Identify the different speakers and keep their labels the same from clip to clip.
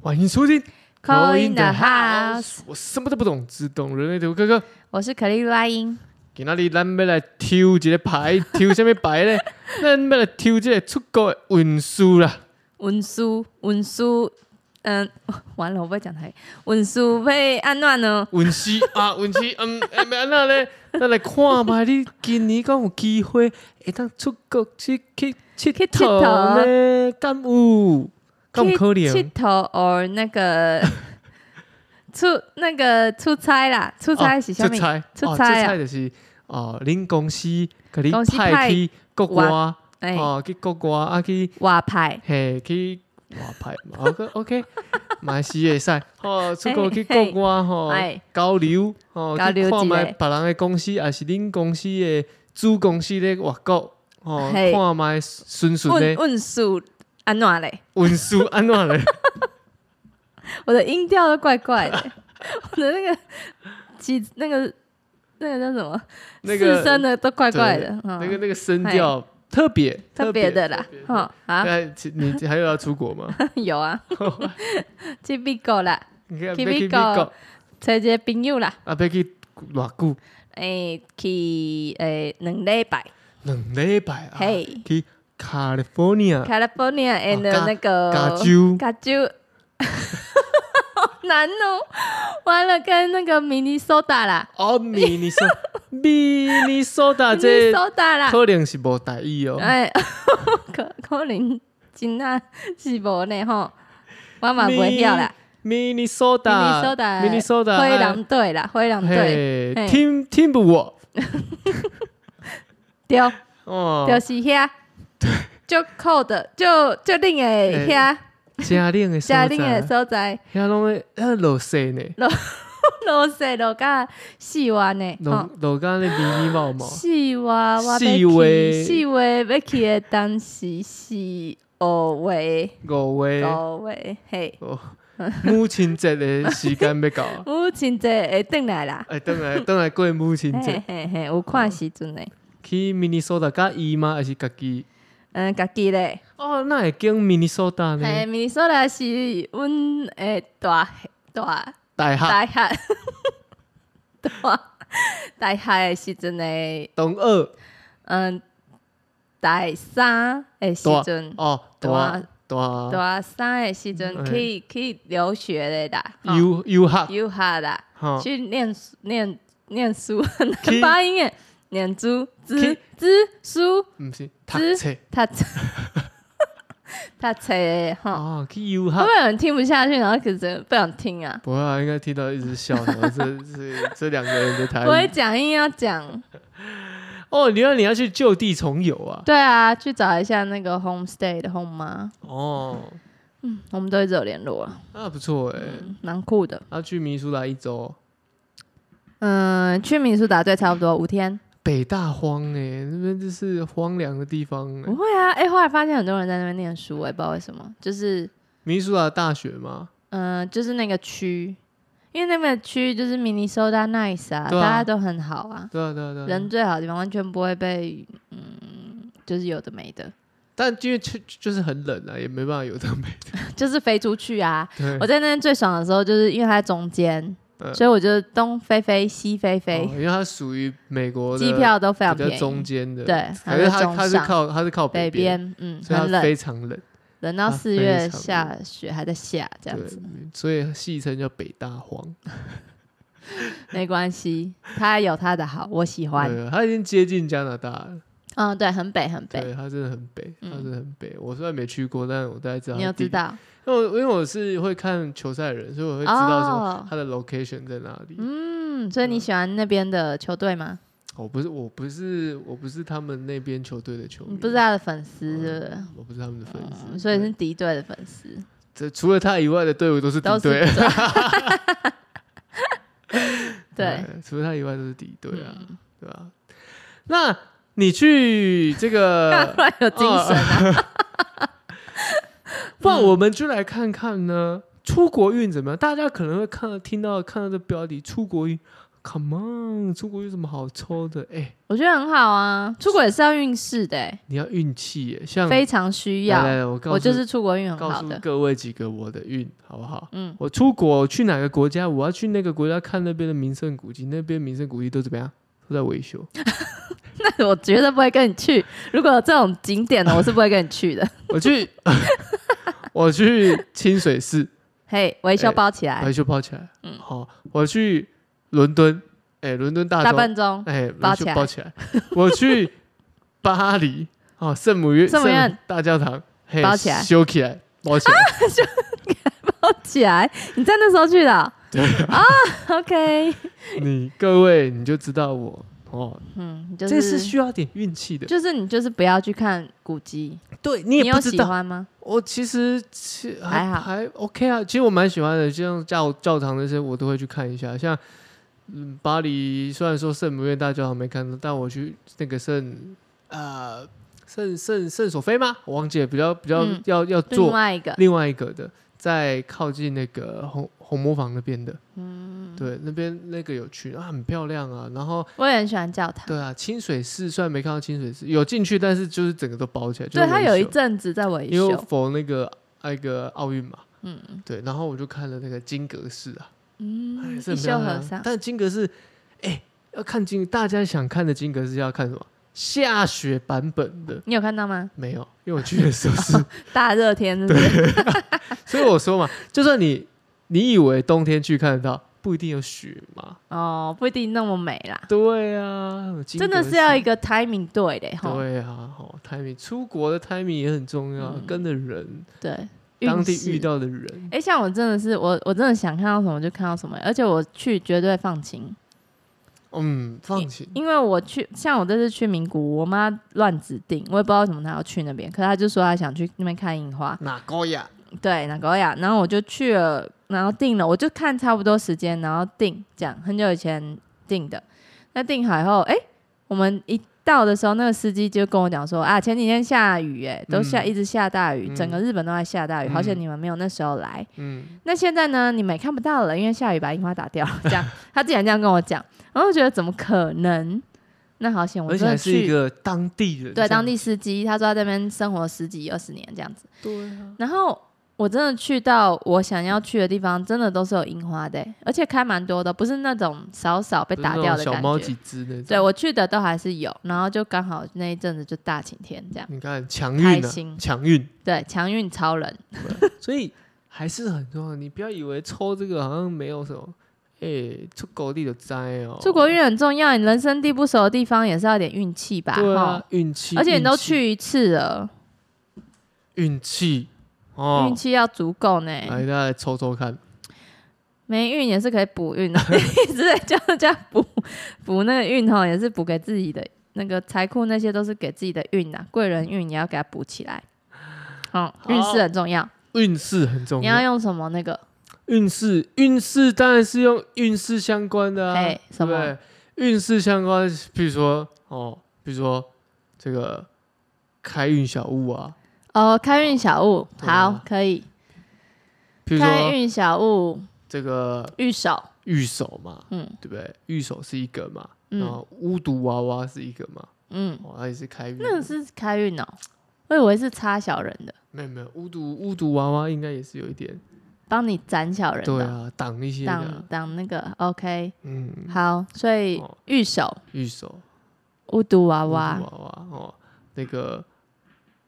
Speaker 1: 欢迎收听《
Speaker 2: Call in the House
Speaker 1: 我什么都不懂，只懂人类图哥哥。
Speaker 2: 我是可丽露阿英，
Speaker 1: 今仔日咱要来抽一个牌， 抽什么牌呢？咱要来抽这个出国的运输啦。
Speaker 2: 文书文书，嗯， 完了，我不会讲台语。文书被哦安暖呢？
Speaker 1: 运势啊，运势，嗯，要安那咧？咱来看卖你今年敢有机会会当出国去去去
Speaker 2: 去佚
Speaker 1: 佗咧？敢有？敢有可
Speaker 2: 去
Speaker 1: 能？
Speaker 2: 头 or 那 个出那个出差啦，出差是
Speaker 1: 出
Speaker 2: 啥物？
Speaker 1: 差，
Speaker 2: 出差
Speaker 1: 哦
Speaker 2: 啊
Speaker 1: 出差就是哦，恁公司给你
Speaker 2: 公司
Speaker 1: 派
Speaker 2: 派
Speaker 1: 去国外。
Speaker 2: 哎，
Speaker 1: 哦，去国外啊去，
Speaker 2: 瓦牌
Speaker 1: 嘿去外派嘛，OK OK，嘛是会使。吼，出国去国
Speaker 2: 嘿
Speaker 1: 外吼
Speaker 2: 哎
Speaker 1: 交流，吼
Speaker 2: 交
Speaker 1: 去
Speaker 2: 流
Speaker 1: 看
Speaker 2: 一下
Speaker 1: 卖别人的公司，也是恁公司的子公司咧外国，吼
Speaker 2: 嘿
Speaker 1: 看卖顺顺
Speaker 2: 文
Speaker 1: 咧
Speaker 2: 文书安暖嘞？
Speaker 1: 运输安怎 咧？
Speaker 2: 我的音调都怪 怪的，我的那个几那个那个叫什么？
Speaker 1: 那个
Speaker 2: 四声的都怪怪的，嗯
Speaker 1: 那个那个声调特别
Speaker 2: 特别的啦
Speaker 1: 特别，
Speaker 2: 哈啊，
Speaker 1: 那其你还有要出国 吗？
Speaker 2: 有啊，去美国啦。
Speaker 1: 你看，要
Speaker 2: 去
Speaker 1: 去
Speaker 2: 美
Speaker 1: 美
Speaker 2: 国
Speaker 1: 国，
Speaker 2: 找一个朋友啦，
Speaker 1: 啊，要去偌久？
Speaker 2: 诶、去诶、两礼拜，
Speaker 1: 两礼拜啊，
Speaker 2: 嘿、
Speaker 1: 去 California，啊
Speaker 2: c a l i f o r n i a and
Speaker 1: 加
Speaker 2: 那个
Speaker 1: 加州。
Speaker 2: 加州， 好难哦，完了跟那个 Minnesota 啦
Speaker 1: 哦，迷你 说，迷你说大啊这
Speaker 2: ，Minnesota 啦，
Speaker 1: 可能是无大意哦。
Speaker 2: 哎、 可可能真啊是无呢吼，我嘛袂晓啦
Speaker 1: 迷你说大，
Speaker 2: ，Minnesota，
Speaker 1: 迷你说大，
Speaker 2: 灰狼队啦，灰狼队，
Speaker 1: 嘿
Speaker 2: 嘿
Speaker 1: 听听不我
Speaker 2: 对，就
Speaker 1: 哦，
Speaker 2: 是遐，就 cold，就就另诶遐，
Speaker 1: 家冷的所在，
Speaker 2: 加另诶 所在。
Speaker 1: 遐拢会遐落雪呢，
Speaker 2: 落雪落甲四月呢，
Speaker 1: 落
Speaker 2: 吼，
Speaker 1: 落干的迷迷 毛毛，
Speaker 2: 四月我要
Speaker 1: 四月
Speaker 2: 去，四月要去的当时是五月，
Speaker 1: 五月
Speaker 2: 五月嘿，，
Speaker 1: 哦，母亲节的时间要到啊
Speaker 2: 母亲节会转来啦，
Speaker 1: 哎，等来等来过母亲
Speaker 2: 嘿
Speaker 1: 节，
Speaker 2: 嘿嘿，有看时阵呢，
Speaker 1: 去迷你说大甲姨妈还是家己？
Speaker 2: 嗯，家己咧，
Speaker 1: 哦，那会经迷你说大
Speaker 2: 嘿，
Speaker 1: 呢？
Speaker 2: 明尼苏达是阮诶大大
Speaker 1: 大学
Speaker 2: 大学， 大大学的时阵呢，
Speaker 1: 同学。
Speaker 2: 嗯，大三的时啊阵。
Speaker 1: 哦，大大
Speaker 2: 大三的时阵
Speaker 1: 啊嗯
Speaker 2: 去去留学的啦，吼
Speaker 1: 游游客，
Speaker 2: 留学啦，
Speaker 1: 哈，
Speaker 2: 啊去念书念念书，
Speaker 1: 去
Speaker 2: 发音诶，念书
Speaker 1: 去
Speaker 2: 知知书
Speaker 1: 毋是读
Speaker 2: 之
Speaker 1: 册
Speaker 2: 读册 读册的吼，
Speaker 1: 哦，去游
Speaker 2: 会不
Speaker 1: 客。
Speaker 2: 会有人听不下去，然后可能不想听啊？
Speaker 1: 不会啊，应该听到一直笑的。这 这这两个人的台
Speaker 2: 不会
Speaker 1: 语
Speaker 2: 讲硬要讲，
Speaker 1: 哦，原来你要去就地重游啊！
Speaker 2: 对啊，去找一下那个 homestay 的 home 妈，
Speaker 1: 哦，
Speaker 2: 我们都一直有联络啊，
Speaker 1: 那不错哎。
Speaker 2: 嗯蛮酷的。
Speaker 1: 要去民宿来一周，
Speaker 2: 嗯，去民宿答对差不多五天，
Speaker 1: 北大荒哎，那边就是荒凉的地方哎
Speaker 2: 不。会啊，哎、后来发现很多人在那边念书、我也不知道为什么，就是，
Speaker 1: 民宿的大学嘛，
Speaker 2: 嗯、就是那个区，因为那边的区就是 Minnesota nice 啊，
Speaker 1: 对啊
Speaker 2: 大家都很好啊，
Speaker 1: 对啊对啊对啊。
Speaker 2: 人最好的地方完全不会被，嗯，就是有的没的，
Speaker 1: 但因为就就是很冷啊，也没办法游到美。
Speaker 2: 就是飞出去啊。
Speaker 1: 对
Speaker 2: 我，在那边最爽的时候，就是因为它在中间，
Speaker 1: 嗯
Speaker 2: 所以我就东飞飞西飞
Speaker 1: 哦
Speaker 2: 飞，
Speaker 1: 因为它属于美国的
Speaker 2: 机票都非常
Speaker 1: 比较
Speaker 2: 便
Speaker 1: 中
Speaker 2: 宜，
Speaker 1: 间的，
Speaker 2: 对
Speaker 1: 可是
Speaker 2: 它
Speaker 1: 它
Speaker 2: 是中
Speaker 1: 它是
Speaker 2: 上
Speaker 1: 靠它是靠
Speaker 2: 北
Speaker 1: 边，
Speaker 2: 边，嗯，
Speaker 1: 所以
Speaker 2: 很
Speaker 1: 它
Speaker 2: 冷，
Speaker 1: 非常冷，
Speaker 2: 冷到
Speaker 1: 它
Speaker 2: 四
Speaker 1: 非
Speaker 2: 月
Speaker 1: 常
Speaker 2: 下雪还在下这样
Speaker 1: 对
Speaker 2: 子，，
Speaker 1: 所以戏称叫北大荒。
Speaker 2: 没关系，它有它的好，我喜欢。
Speaker 1: 对，它已经接近加拿大了，
Speaker 2: 嗯，对，很北很北，
Speaker 1: 对，它真的很北，它
Speaker 2: 嗯
Speaker 1: 真的很北。我虽然没去过，但我大概知道。
Speaker 2: 你有知？道？
Speaker 1: 因为我因为我是会看球赛的人，所以我会知道说
Speaker 2: 哦
Speaker 1: 它的 location 在哪里。
Speaker 2: 嗯，所以你喜欢那边的球队吗？
Speaker 1: 我不是，我不是，我不是他们那边球队的球
Speaker 2: 你
Speaker 1: 迷，
Speaker 2: 不是他的粉丝，
Speaker 1: 嗯
Speaker 2: 对不对？
Speaker 1: 我不是他们的粉丝，
Speaker 2: 嗯所以
Speaker 1: 对
Speaker 2: 是敌对的粉 丝，
Speaker 1: 这除了他以外的队伍都是敌
Speaker 2: 都是
Speaker 1: 对。
Speaker 2: 敌对，嗯
Speaker 1: 除了他以外都是敌对啊，对吧、那你去这个，
Speaker 2: 干嘛 突然有精
Speaker 1: 呃
Speaker 2: 神啊！
Speaker 1: 不然我们就来看看呢，出国运怎么样？大家可能会看到听到看到这标题“出国运”， Come on，出国有什么好抽的？哎、
Speaker 2: 我觉得很好啊，出国也是要运势的、欸，
Speaker 1: 你要运气耶，像
Speaker 2: 非常需
Speaker 1: 嗯来来
Speaker 2: 要。
Speaker 1: 来我告诉
Speaker 2: 我就是出国运很
Speaker 1: 告
Speaker 2: 好
Speaker 1: 诉
Speaker 2: 的，
Speaker 1: 各位几个我的运好不好？
Speaker 2: 嗯，
Speaker 1: 我出国去哪个国家，我要去那个国家看那边的名胜古迹，那边名胜古迹都怎么样？都在维修。
Speaker 2: 那我绝对不会跟你去。如果有这种景点呢，我是不会跟你去的。
Speaker 1: 我去，我去清水寺，
Speaker 2: 嘿，维修
Speaker 1: 哎
Speaker 2: 包起来，
Speaker 1: 维修包起来。
Speaker 2: 嗯
Speaker 1: 好，我去伦敦，哎、伦敦大
Speaker 2: 大
Speaker 1: 洲，
Speaker 2: 笨钟、
Speaker 1: 哎，
Speaker 2: 包
Speaker 1: 我去
Speaker 2: 起来
Speaker 1: 包起来。我去巴黎，哦，圣母院，
Speaker 2: 圣母院
Speaker 1: 大教堂，嘿
Speaker 2: 包起来
Speaker 1: 修起来，包起来。
Speaker 2: 包起来，你在那时候去的哦、
Speaker 1: 对，
Speaker 2: o k
Speaker 1: 你各位你就知道我哦，
Speaker 2: 嗯，你就
Speaker 1: 这是
Speaker 2: 是
Speaker 1: 需要点运气的。
Speaker 2: 就是你就是不要去看古迹，
Speaker 1: 对你
Speaker 2: 你
Speaker 1: 也
Speaker 2: 有
Speaker 1: 不知
Speaker 2: 喜
Speaker 1: 道，
Speaker 2: 欢吗？
Speaker 1: 我其实其
Speaker 2: 还好
Speaker 1: 还 OK 啊，其实我蛮喜欢的，像教教堂那些我都会去看一下。像嗯，巴黎虽然说圣母院大教堂没看到，但我去那个圣呃圣圣圣索菲吗？我忘记了，比较比较
Speaker 2: 嗯
Speaker 1: 要要
Speaker 2: 另
Speaker 1: 做
Speaker 2: 外一个，
Speaker 1: 另外一个的，在靠近那个红红磨坊那边的，
Speaker 2: 嗯，
Speaker 1: 对，那边那个有去啊，很漂亮啊。然后
Speaker 2: 我也很喜欢教堂。
Speaker 1: 对啊，清水寺虽然没看到清水寺，有进去，但是就是整个都包起来，就是
Speaker 2: 对，它
Speaker 1: 维
Speaker 2: 有一
Speaker 1: 修
Speaker 2: 阵子在维
Speaker 1: 因为
Speaker 2: 修，
Speaker 1: 否那个那个奥运嘛，
Speaker 2: 嗯
Speaker 1: 对，然后我就看了那个金阁寺啊，哎
Speaker 2: 嗯，
Speaker 1: 是
Speaker 2: 一
Speaker 1: 很
Speaker 2: 休
Speaker 1: 漂亮
Speaker 2: 和
Speaker 1: 啊
Speaker 2: 尚，
Speaker 1: 但金阁寺，哎、要看金，大家想看的金阁寺要看什么？下雪版本的
Speaker 2: 你有看到吗？
Speaker 1: 没有，因为我去的时候 是，
Speaker 2: 大热天是不是？
Speaker 1: 所以我说嘛，就算你你以为冬天去看得到，不一定有雪嘛。
Speaker 2: 哦，不一定那么美啦，
Speaker 1: 对啊，金
Speaker 2: 真的
Speaker 1: 阁
Speaker 2: 是要
Speaker 1: 寺
Speaker 2: 一个 timing 对的吼，
Speaker 1: 对啊，好、timing 出国的 timing 也很重要，
Speaker 2: 嗯
Speaker 1: 跟着人，
Speaker 2: 对，
Speaker 1: 当地
Speaker 2: 运势
Speaker 1: 遇。到的人，
Speaker 2: 哎，像我真的是我，我真的想看到什么就看到什么，而且我去绝对放晴，
Speaker 1: 嗯，放弃，
Speaker 2: 因为我去，像我这次去名古屋，我妈乱指定，我也不知道为什么她要去那边，可她就说她想去那边看樱花，
Speaker 1: 哪高呀？
Speaker 2: 对，那高雅，然后我就去了，然后订了，我就看差不多时间，然后订，这样很久以前订的。那订好以后，哎、我们一到的时候，那个司机就跟我讲说啊，前几天下雨、哎，都下、
Speaker 1: 嗯
Speaker 2: 一直下大雨，整个
Speaker 1: 嗯
Speaker 2: 日本都在下大雨，好险
Speaker 1: 嗯
Speaker 2: 你们没有那时候来。
Speaker 1: 嗯。
Speaker 2: 那现在呢，你们也看不到了，因为下雨把樱花打掉了。这 样，他竟然这样跟我讲，然后我觉得怎么可能？那好险，我
Speaker 1: 而且
Speaker 2: 真的
Speaker 1: 还是一
Speaker 2: 去。
Speaker 1: 个当地人，
Speaker 2: 对，
Speaker 1: 这样
Speaker 2: 当地司机，他说他在那边生活十几二十年这样子。
Speaker 1: 对啊，
Speaker 2: 然后我真的去到我想要去的地方，真的都是有樱花的欸、而且开蛮多的，不是那种少少被
Speaker 1: 被
Speaker 2: 打掉的
Speaker 1: 小
Speaker 2: 感
Speaker 1: 猫
Speaker 2: 觉
Speaker 1: 几。只那种。
Speaker 2: 对，我去的都还是有，然后就刚好那一阵子就大晴天这样，
Speaker 1: 你看强
Speaker 2: 开
Speaker 1: 运啊，
Speaker 2: 心
Speaker 1: 强运，
Speaker 2: 对，强运超人，
Speaker 1: 所以还是很重要。你不要以为抽这个好像没有什么，哎、出国地的灾哦，
Speaker 2: 出国运很重要，你人生地不熟的地方也是要点运气吧，
Speaker 1: 对
Speaker 2: 哈
Speaker 1: 啊，运气，
Speaker 2: 而且你都
Speaker 1: 运气
Speaker 2: 去一次了，
Speaker 1: 运气
Speaker 2: 运
Speaker 1: 哦，哎
Speaker 2: 气要足够呢，
Speaker 1: 来大家来抽抽看，
Speaker 2: 没运也是可以补 运的，一直在叫人家补补那个运哈，也是补给自己的那个财库，那些都是给自己的运啊，贵人运也要给它补起来。好，运势很重要，
Speaker 1: 运势很重
Speaker 2: 你要
Speaker 1: 要。
Speaker 2: 用什么那个？
Speaker 1: 运势，运势当然是用运势相关的啊，
Speaker 2: 哎什么
Speaker 1: 对不对？运势相关，比如说哦，比如说这个开运小物啊，
Speaker 2: 哦，开运小物，
Speaker 1: 对啊
Speaker 2: 好，可以。
Speaker 1: 比如
Speaker 2: 开
Speaker 1: 说
Speaker 2: 运小物，
Speaker 1: 这个
Speaker 2: 玉手，
Speaker 1: 玉手嘛，
Speaker 2: 嗯
Speaker 1: 对不对？玉手是一个嘛，然
Speaker 2: 嗯
Speaker 1: 后巫毒娃娃是一个嘛，
Speaker 2: 嗯，
Speaker 1: 哦，它也是开运的。
Speaker 2: 那个是开运哦，我以为是插小人的，
Speaker 1: 没有没有巫毒巫毒娃娃应该也是有一点，
Speaker 2: 帮你斩小人
Speaker 1: 对
Speaker 2: 的，
Speaker 1: 啊，挡一些的
Speaker 2: 挡
Speaker 1: 啊，
Speaker 2: 挡那个。OK，
Speaker 1: 嗯，
Speaker 2: 好，所以
Speaker 1: 哦
Speaker 2: 玉手、
Speaker 1: 玉手
Speaker 2: 巫毒娃
Speaker 1: 巫毒
Speaker 2: 娃
Speaker 1: 娃，娃哦，那个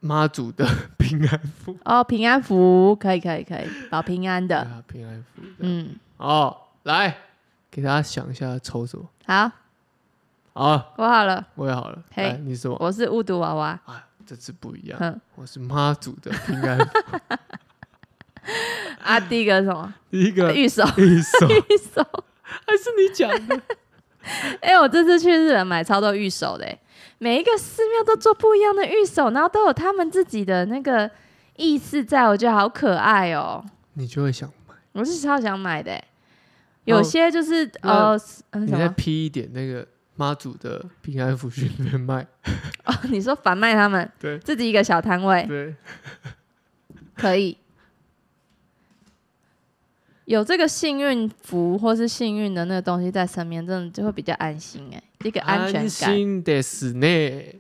Speaker 1: 妈祖的平安符，
Speaker 2: 哦，平安符可以可以可以，保平安
Speaker 1: 对
Speaker 2: 的。
Speaker 1: 啊，平安符，嗯，
Speaker 2: 嗯，
Speaker 1: 哦，来给大家想一下抽什么，
Speaker 2: 好，
Speaker 1: 好，
Speaker 2: 我好了，
Speaker 1: 我也好了，
Speaker 2: 嘿
Speaker 1: 来你什么？
Speaker 2: 我是巫毒娃娃。
Speaker 1: 啊，这次不一样，
Speaker 2: 哼，
Speaker 1: 我是妈祖的平安符，嗯
Speaker 2: 啊，第一个是什么？
Speaker 1: 第一个
Speaker 2: 玉手，
Speaker 1: 玉手
Speaker 2: 玉手。
Speaker 1: 还是你讲的。
Speaker 2: 哎、我这次去日本买超多玉手的、欸，每一个寺庙都做不一样的玉手，然后都有他们自己的那个意思在，我觉得好可爱哦、
Speaker 1: 你就会想，
Speaker 2: 我是超想买的欸、
Speaker 1: 那
Speaker 2: 有些就是
Speaker 1: 那
Speaker 2: 呃，嗯
Speaker 1: 哦你
Speaker 2: 什
Speaker 1: 再
Speaker 2: 么？
Speaker 1: 批一点那个妈祖的平安符去那边卖，
Speaker 2: 哦，你说贩卖他们
Speaker 1: 对
Speaker 2: 自己一个小摊位
Speaker 1: 对，
Speaker 2: 可以。有这个幸运符或是幸运的那个东西在身边，真的就会比较安心哎、一个安全感，
Speaker 1: 心的死呢。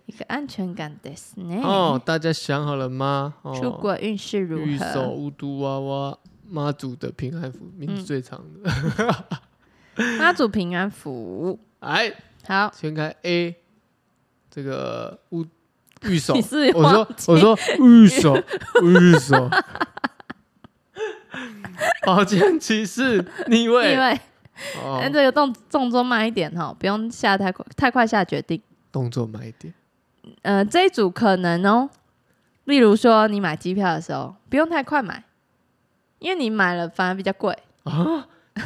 Speaker 2: 一个安全感的是呢。
Speaker 1: 哦，大家想好了吗？哦，
Speaker 2: 出国运势如
Speaker 1: 玉手、
Speaker 2: 何？
Speaker 1: 乌都娃娃、妈祖的平安符，名字
Speaker 2: 嗯
Speaker 1: 最长的。
Speaker 2: 妈祖平安符。
Speaker 1: 哎，
Speaker 2: 好，
Speaker 1: 先看 A，这个乌玉手
Speaker 2: 你，是
Speaker 1: 我说
Speaker 2: 忘记
Speaker 1: 我说玉 手玉手，宝剑骑士逆
Speaker 2: 因
Speaker 1: 位，
Speaker 2: 为哎
Speaker 1: 哦
Speaker 2: 但，这个动动作慢一点哈，不用下太快太快下决定。
Speaker 1: 动作慢一点，
Speaker 2: 呃，这一组可能哦，例如说你买机票的时候，不用太快买，因为你买了反而比较贵。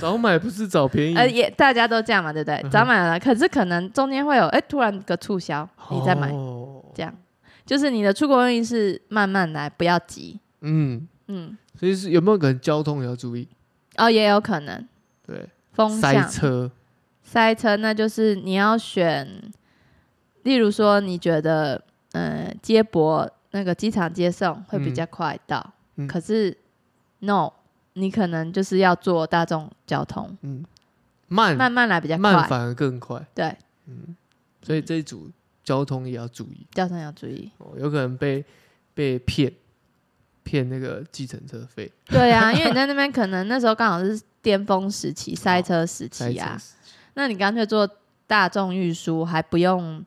Speaker 1: 早买不是早便宜，
Speaker 2: 呃，也大家都这样嘛，对不对
Speaker 1: 嗯？哼
Speaker 2: 早买了，可是可能中间会有哎、突然个促销，你再买，
Speaker 1: 哦
Speaker 2: 这样就是你的出国运是慢慢来，不要急。
Speaker 1: 嗯，
Speaker 2: 嗯，
Speaker 1: 所以是有没有可能交通也要注意？
Speaker 2: 哦，也有可能
Speaker 1: 对，
Speaker 2: 风
Speaker 1: 塞
Speaker 2: 向
Speaker 1: 车，
Speaker 2: 塞车，那就是你要选，例如说你觉得呃接驳那个机场接送会比较快到，
Speaker 1: 嗯嗯
Speaker 2: 可是 no，你可能就是要坐大众交通，
Speaker 1: 嗯，慢
Speaker 2: 慢慢来比较
Speaker 1: 慢
Speaker 2: 快，
Speaker 1: 反而更快，
Speaker 2: 对，
Speaker 1: 嗯，所以这一组交通也要注意。
Speaker 2: 交通要注意。
Speaker 1: 哦，有可能被被骗骗那个计程车费，
Speaker 2: 对啊，因为你在那边可能那时候刚好是巅峰时期、塞车时
Speaker 1: 塞
Speaker 2: 期
Speaker 1: 车
Speaker 2: 啊，
Speaker 1: 时期
Speaker 2: 那你干脆坐大众运输，还不用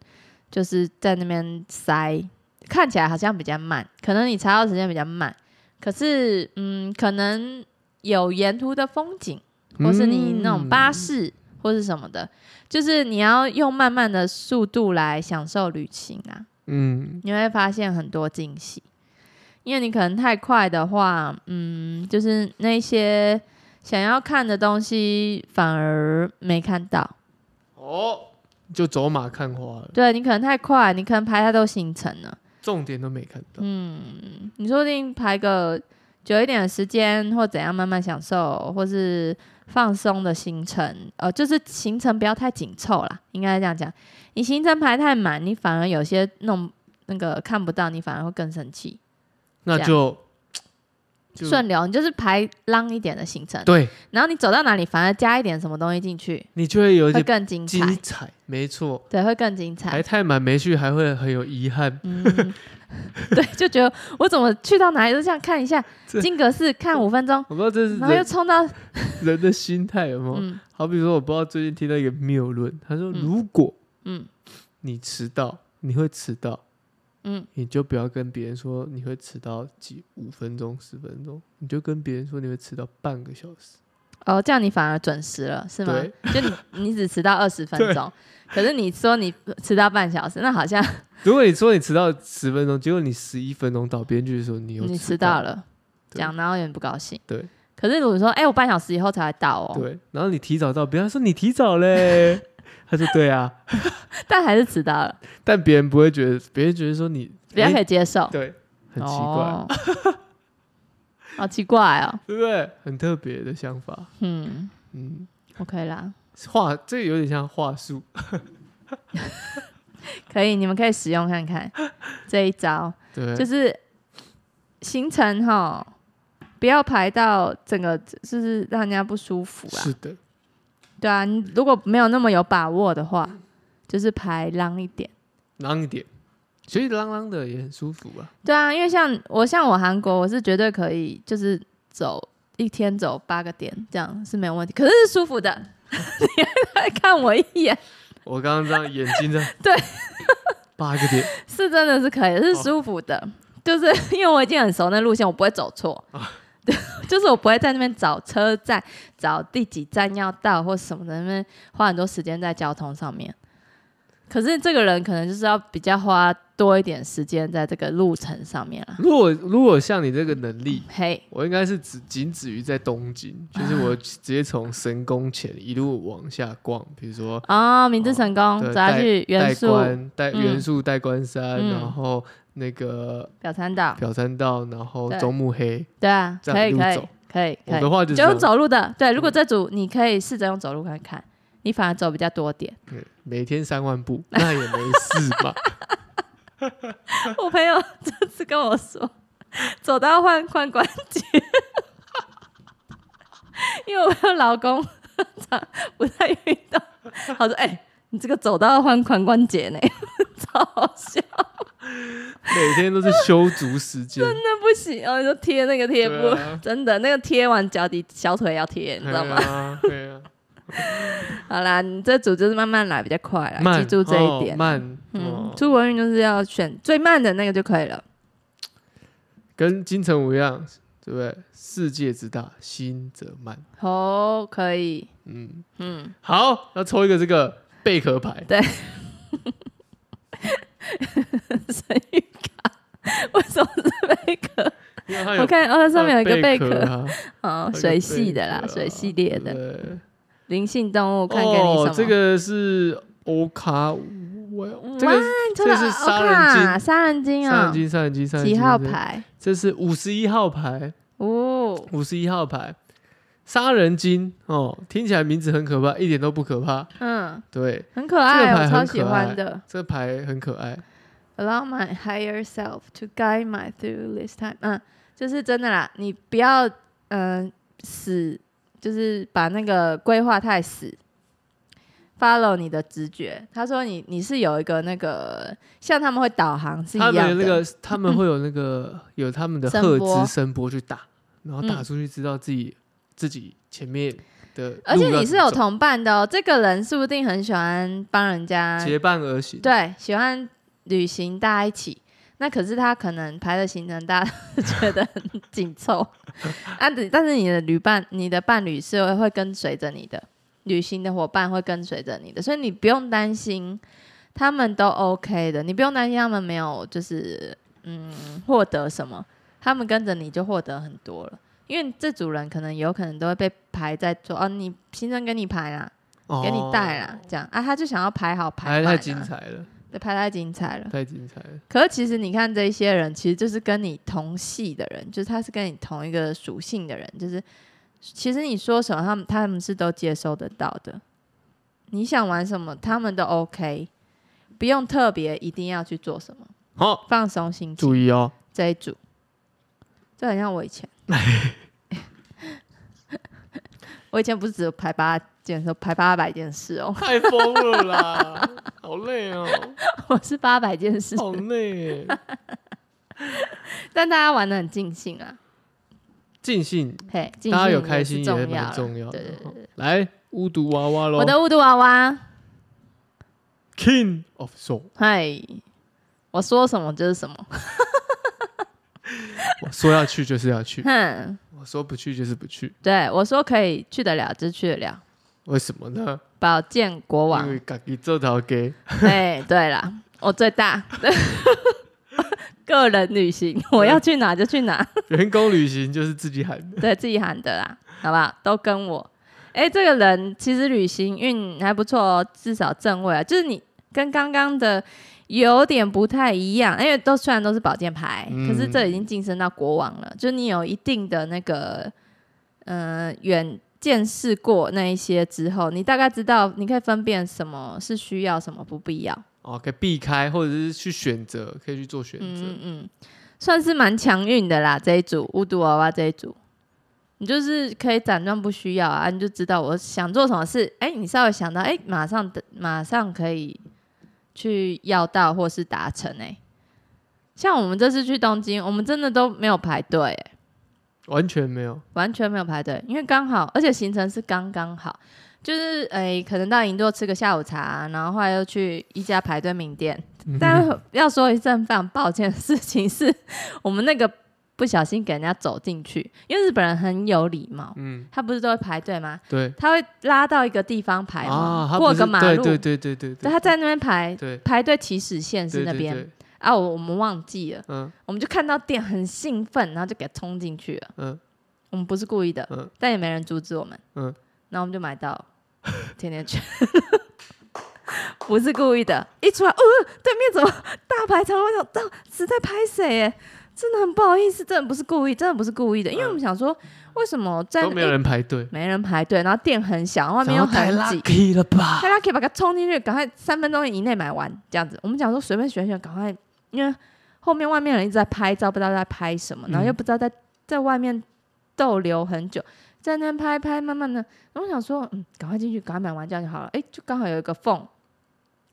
Speaker 2: 就是在那边塞，看起来好像比较慢，可能你查到时间比较慢，可是嗯，可能有沿途的风景，或是你那种巴
Speaker 1: 嗯
Speaker 2: 士。或是什么的，就是你要用慢慢的速度来享受旅行啊。
Speaker 1: 嗯，
Speaker 2: 你会发现很多惊喜，因为你可能太快的话，嗯，就是那些想要看的东西反而没看到。
Speaker 1: 哦，就走马看花了，
Speaker 2: 对你可能太快，你可能排太多行程了。
Speaker 1: 重点都没看到。
Speaker 2: 嗯，你说不定排个久一点的时间，或怎样慢慢享受，或是放松的行程，呃，就是行程不要太紧凑啦，应该这样讲。你行程排太满，你反而有些弄那个看不到，你反而会更生气。
Speaker 1: 那
Speaker 2: 这样
Speaker 1: 就就
Speaker 2: 顺流，你就是排浪一点的行程，
Speaker 1: 对，
Speaker 2: 然后你走到哪里，反而加一点什么东西进去，
Speaker 1: 你就会有一
Speaker 2: 会
Speaker 1: 点
Speaker 2: 更精
Speaker 1: 精
Speaker 2: 彩，
Speaker 1: 彩，没错。
Speaker 2: 对，会更精
Speaker 1: 排
Speaker 2: 彩。
Speaker 1: 太满没去，还会很有遗憾。
Speaker 2: 嗯， 对，就觉得我怎么去到哪里都这样看一下
Speaker 1: 这
Speaker 2: 金格寺，看五分钟，
Speaker 1: 我不知道这是
Speaker 2: 然后又
Speaker 1: 人
Speaker 2: 冲到
Speaker 1: 人的心态有没有？
Speaker 2: 嗯
Speaker 1: 好比说，我不知道最近听到一个谬论，他说
Speaker 2: 嗯
Speaker 1: 如果
Speaker 2: 嗯
Speaker 1: 你迟到，你会迟到，
Speaker 2: 嗯，
Speaker 1: 你就不要跟别人说你会迟到几五分钟、十分钟，你就跟别人说你会迟到半个小时。
Speaker 2: 哦，这样你反而准时了，是吗？就你你只迟到二十分 钟，可是你说你迟到半小时，那好像
Speaker 1: 如果你说你迟到十分钟，结果你十一分钟到，别人就是说你有
Speaker 2: 你
Speaker 1: 迟
Speaker 2: 迟
Speaker 1: 到
Speaker 2: 到，了，
Speaker 1: 对
Speaker 2: 这样然后有点不高兴。
Speaker 1: 对，
Speaker 2: 可是如果说哎、我半小时以后才会到哦，
Speaker 1: 对，然后你提早到，别人说你提早 嘞，他说对啊，
Speaker 2: 但还是迟到了，
Speaker 1: 但别人不会觉得，别人觉得说你
Speaker 2: 比较
Speaker 1: 诶
Speaker 2: 可以接受。
Speaker 1: 对，很奇怪，
Speaker 2: 哦， 好奇怪哦。
Speaker 1: 对不对？很特别的想法，
Speaker 2: 嗯
Speaker 1: 嗯，
Speaker 2: ，OK 啦，
Speaker 1: 话这个有点像话术，
Speaker 2: 可以，你们可以使用 看看这一招，
Speaker 1: 对，
Speaker 2: 就是行程哈，不要排到整个就是让人家不舒服
Speaker 1: 是
Speaker 2: 啦。
Speaker 1: 的，
Speaker 2: 对啊，你如果没有那么有把握的话，就是排浪一点。
Speaker 1: 浪一点，所以浪浪的也很舒服啊，
Speaker 2: 对啊，因为像我像我韩国，我是绝对可以，就是走一天走八个点，这样是没有问题，可是是舒服的。 你还看我一眼。
Speaker 1: 我刚刚这样眼睛这样，
Speaker 2: 对，
Speaker 1: 八个点，
Speaker 2: 是真的是可以，
Speaker 1: 哦
Speaker 2: 是舒服的。就是 因为我已经很熟那路线，我不会走错。
Speaker 1: 哦
Speaker 2: 对， 就是我不会在那边找车站、找第几站要到或什么的，那边花很多时间在交通上面。可是这个人可能就是要比较花多一点时间在这个路程上面啦。
Speaker 1: 如果如果像你这个能力，
Speaker 2: 嘿，
Speaker 1: 我应该是只仅止于在东京，就是我
Speaker 2: 啊
Speaker 1: 直接从神宫前一路往下逛，比如说
Speaker 2: 哦，明治神宫
Speaker 1: 对
Speaker 2: 走下去，
Speaker 1: 代
Speaker 2: 元素
Speaker 1: 官、代
Speaker 2: 嗯
Speaker 1: 元素、代官山，
Speaker 2: 嗯
Speaker 1: 然后那个
Speaker 2: 表参道，
Speaker 1: 表参道，然后
Speaker 2: 对
Speaker 1: 中目黑。
Speaker 2: 对啊，
Speaker 1: 这样
Speaker 2: 可
Speaker 1: 一
Speaker 2: 以
Speaker 1: 路
Speaker 2: 可以
Speaker 1: 走
Speaker 2: 可以可
Speaker 1: 我
Speaker 2: 以
Speaker 1: 的，话就是
Speaker 2: 就
Speaker 1: 这样嗯
Speaker 2: 用走路的。对，如果这组你可以试着用走路看看，你反而走比较多点。
Speaker 1: 对每天三万步， 那也没事吧？
Speaker 2: 我朋友这次跟我说，走到换髋关节， 因为我老公常不太运动，他说：“哎、你这个走到要换髋关节呢， 超好笑，
Speaker 1: 每天都是修足时 间，
Speaker 2: 那不行哦，就贴那个贴布，
Speaker 1: 对啊
Speaker 2: 真的那个贴完脚底小腿要贴，你知道吗？
Speaker 1: 吗？对啊，
Speaker 2: 好啦，你这组就是慢慢来，比较快啦，
Speaker 1: 慢，
Speaker 2: 记住这一
Speaker 1: 哦
Speaker 2: 点。
Speaker 1: 慢，
Speaker 2: 嗯
Speaker 1: 嗯，，
Speaker 2: 出国运就是要选最慢的那个就可以了。
Speaker 1: 跟金城武一样，对不对？世界之大，心则慢。
Speaker 2: 哦，可以，
Speaker 1: 嗯，
Speaker 2: 嗯，
Speaker 1: 好，要抽一个这个贝壳牌，
Speaker 2: 神谕卡为什么是贝壳？
Speaker 1: 因为它
Speaker 2: 我
Speaker 1: 有
Speaker 2: 看哦，它上面有一个贝壳，
Speaker 1: 啊，
Speaker 2: 哦，
Speaker 1: 它有
Speaker 2: 水
Speaker 1: 贝
Speaker 2: 系的
Speaker 1: 壳
Speaker 2: 啦，
Speaker 1: 啊
Speaker 2: 水系列的
Speaker 1: 对
Speaker 2: 灵性动物，看给你什么？
Speaker 1: 哦，这个是欧卡，我这个
Speaker 2: 看出
Speaker 1: 这
Speaker 2: 来
Speaker 1: 是
Speaker 2: 哦
Speaker 1: 杀人
Speaker 2: 看
Speaker 1: 鲸
Speaker 2: 杀人鲸
Speaker 1: 三
Speaker 2: 啊
Speaker 1: 人，金，三人金，三人
Speaker 2: 几
Speaker 1: 金
Speaker 2: 号？牌？
Speaker 1: 这是五十一号牌，
Speaker 2: 哦，
Speaker 1: 五十一号牌，杀人鲸哦，听起来名字很可怕，一点都不可怕。
Speaker 2: 嗯，
Speaker 1: 对，
Speaker 2: 很可爱，
Speaker 1: 这个牌
Speaker 2: 我超
Speaker 1: 很
Speaker 2: 喜
Speaker 1: 可
Speaker 2: 欢
Speaker 1: 爱
Speaker 2: 的。
Speaker 1: 这牌很可爱。
Speaker 2: Allow my higher self to guide my through this time。嗯，就是真的啦，你不要嗯、死，就是把那个规划太死。Follow 你的直觉。他说你你是有一个那个像他们会导航是一
Speaker 1: 他
Speaker 2: 样
Speaker 1: 们
Speaker 2: 的，
Speaker 1: 有那个， 他们会有那个有他们的
Speaker 2: 声
Speaker 1: 赫
Speaker 2: 波嗯
Speaker 1: 兹声波去打，然后打出去知道自己、自己前面的路要
Speaker 2: 而
Speaker 1: 怎么走，
Speaker 2: 且你是有同伴的哦。这个人说不定很喜欢帮人家
Speaker 1: 结伴而行，
Speaker 2: 对，喜欢旅行，大家一起。那可是他可能排的行程，大家觉得很 紧凑啊。对但是你的旅伴、你的伴侣是会跟随着你的，旅行的伙伴会跟随着你的，所以你不用担心，他们都 OK 的，你不用担心他们没有就是嗯获得什么，他们跟着你就获得很多了。因为这组人可能有可能都会被排在做哦，你行程给你排啦，
Speaker 1: 哦
Speaker 2: 给你带啦，这样啊，他就想要排好排
Speaker 1: 牌
Speaker 2: 满、啊，
Speaker 1: 太精彩了，
Speaker 2: 对，拍太精彩了。
Speaker 1: 太精彩了，
Speaker 2: 可是其实你看这一些人，其实就是跟你同系的人，就是他是跟你同一个属性的人，就是其实你说什么，他们他们是都接收得到的。你想玩什么，他们都 OK，不用特别一定要去做什么，
Speaker 1: 好、
Speaker 2: 放松心情。
Speaker 1: 注意哦，
Speaker 2: 这一组，这很像我以前，我以前不是只排八件事，排八百件事哦，
Speaker 1: 太疯了啦， 好累哦，
Speaker 2: 我是八百件事，
Speaker 1: 好累 耶，
Speaker 2: 但大家玩的很尽兴啊。
Speaker 1: 尽兴，
Speaker 2: 嘿，尽
Speaker 1: 大家有
Speaker 2: 兴
Speaker 1: 开
Speaker 2: 也
Speaker 1: 心
Speaker 2: 是
Speaker 1: 也
Speaker 2: 重要
Speaker 1: 蛮
Speaker 2: 啦
Speaker 1: 重要的。
Speaker 2: 对对对
Speaker 1: 哦来，巫毒娃娃喽，
Speaker 2: 我的雾都娃娃，
Speaker 1: King of Soul，
Speaker 2: 嗨，我说什么就是 什么，
Speaker 1: 我说要去就是要去，
Speaker 2: 哼，
Speaker 1: 我说不去就是不去，
Speaker 2: 对我说可以去得了就去得了。
Speaker 1: 为什么呢？
Speaker 2: 宝剑国
Speaker 1: 因
Speaker 2: 王
Speaker 1: 为，自己做头给。
Speaker 2: 哎，对啦，我最大， 对个人旅行，我要去哪就去哪，
Speaker 1: 员工旅行就是自己喊的，
Speaker 2: 对自己喊的啦，好不好？都跟我。哎，这个人其实旅行运还不错哦，至少正位啊，就是你跟刚刚的有点不太一样，因为都虽然都是宝剑牌，
Speaker 1: 嗯
Speaker 2: 可是这已经晋升到国王了，就你有一定的那个呃远见识过那一些之后，你大概知道你可以分辨什么是需要，什么不必要。
Speaker 1: 哦，可以避开，或者是去选择，可以去做选择。
Speaker 2: 嗯嗯嗯，算是蛮强运的啦。这一组巫毒娃娃这一组，你就是可以斩断不需要啊，你就知道我想做什么事。哎、你稍微想到，哎、马上的马上可以去要到或是达成、哎，像我们这次去东京，我们真的都没有排队、哎，
Speaker 1: 完全没有，
Speaker 2: 完全没有排队，因为刚好，而且行程是刚刚好。就是哎、可能到银座吃个下午茶，然后后来又去一家排队名店，
Speaker 1: 嗯
Speaker 2: 但要说一阵非常抱歉的事情是，我们那个不小心给人家走进去，因为日本人很有礼貌，
Speaker 1: 嗯，
Speaker 2: 他不是都会排队吗？
Speaker 1: 对
Speaker 2: 他会拉到一个地方排
Speaker 1: 啊
Speaker 2: 嘛，，
Speaker 1: 他不
Speaker 2: 过
Speaker 1: 是
Speaker 2: 个马路，
Speaker 1: 对对对对对
Speaker 2: 对他在那边排
Speaker 1: 对
Speaker 2: 排队起始线
Speaker 1: 对
Speaker 2: 是那
Speaker 1: 对
Speaker 2: 边
Speaker 1: 对
Speaker 2: 啊，我我们忘记了，
Speaker 1: 嗯
Speaker 2: 我们就看到店很兴奋，然后就给冲进去了，
Speaker 1: 嗯，
Speaker 2: 我们不是故意的，
Speaker 1: 嗯
Speaker 2: 但也没人阻止我们，
Speaker 1: 嗯
Speaker 2: 然后我们就买到甜甜圈。不是故意的，一出来，哦，对面怎么大排长龙？我想到实在拍谁耶，真的很不好意思，真的不是故意，真的不是故意的，因为我们想说，为什么在
Speaker 1: 嗯都没有人排队，
Speaker 2: 没人排队，然后店很小，外面又
Speaker 1: 然后太
Speaker 2: 很挤，
Speaker 1: lucky 了吧
Speaker 2: 大？家可以把它冲进去，赶快三分钟以内买完，这样子。我们讲说随便选选，赶快，因为后面外面人一直在拍照，不知道在拍什么，然后又不知道在在外面逗留很久，在那拍拍，慢慢的，然后我想说，嗯，赶快进去，赶快买完这样就好了。哎，就刚好有一个缝，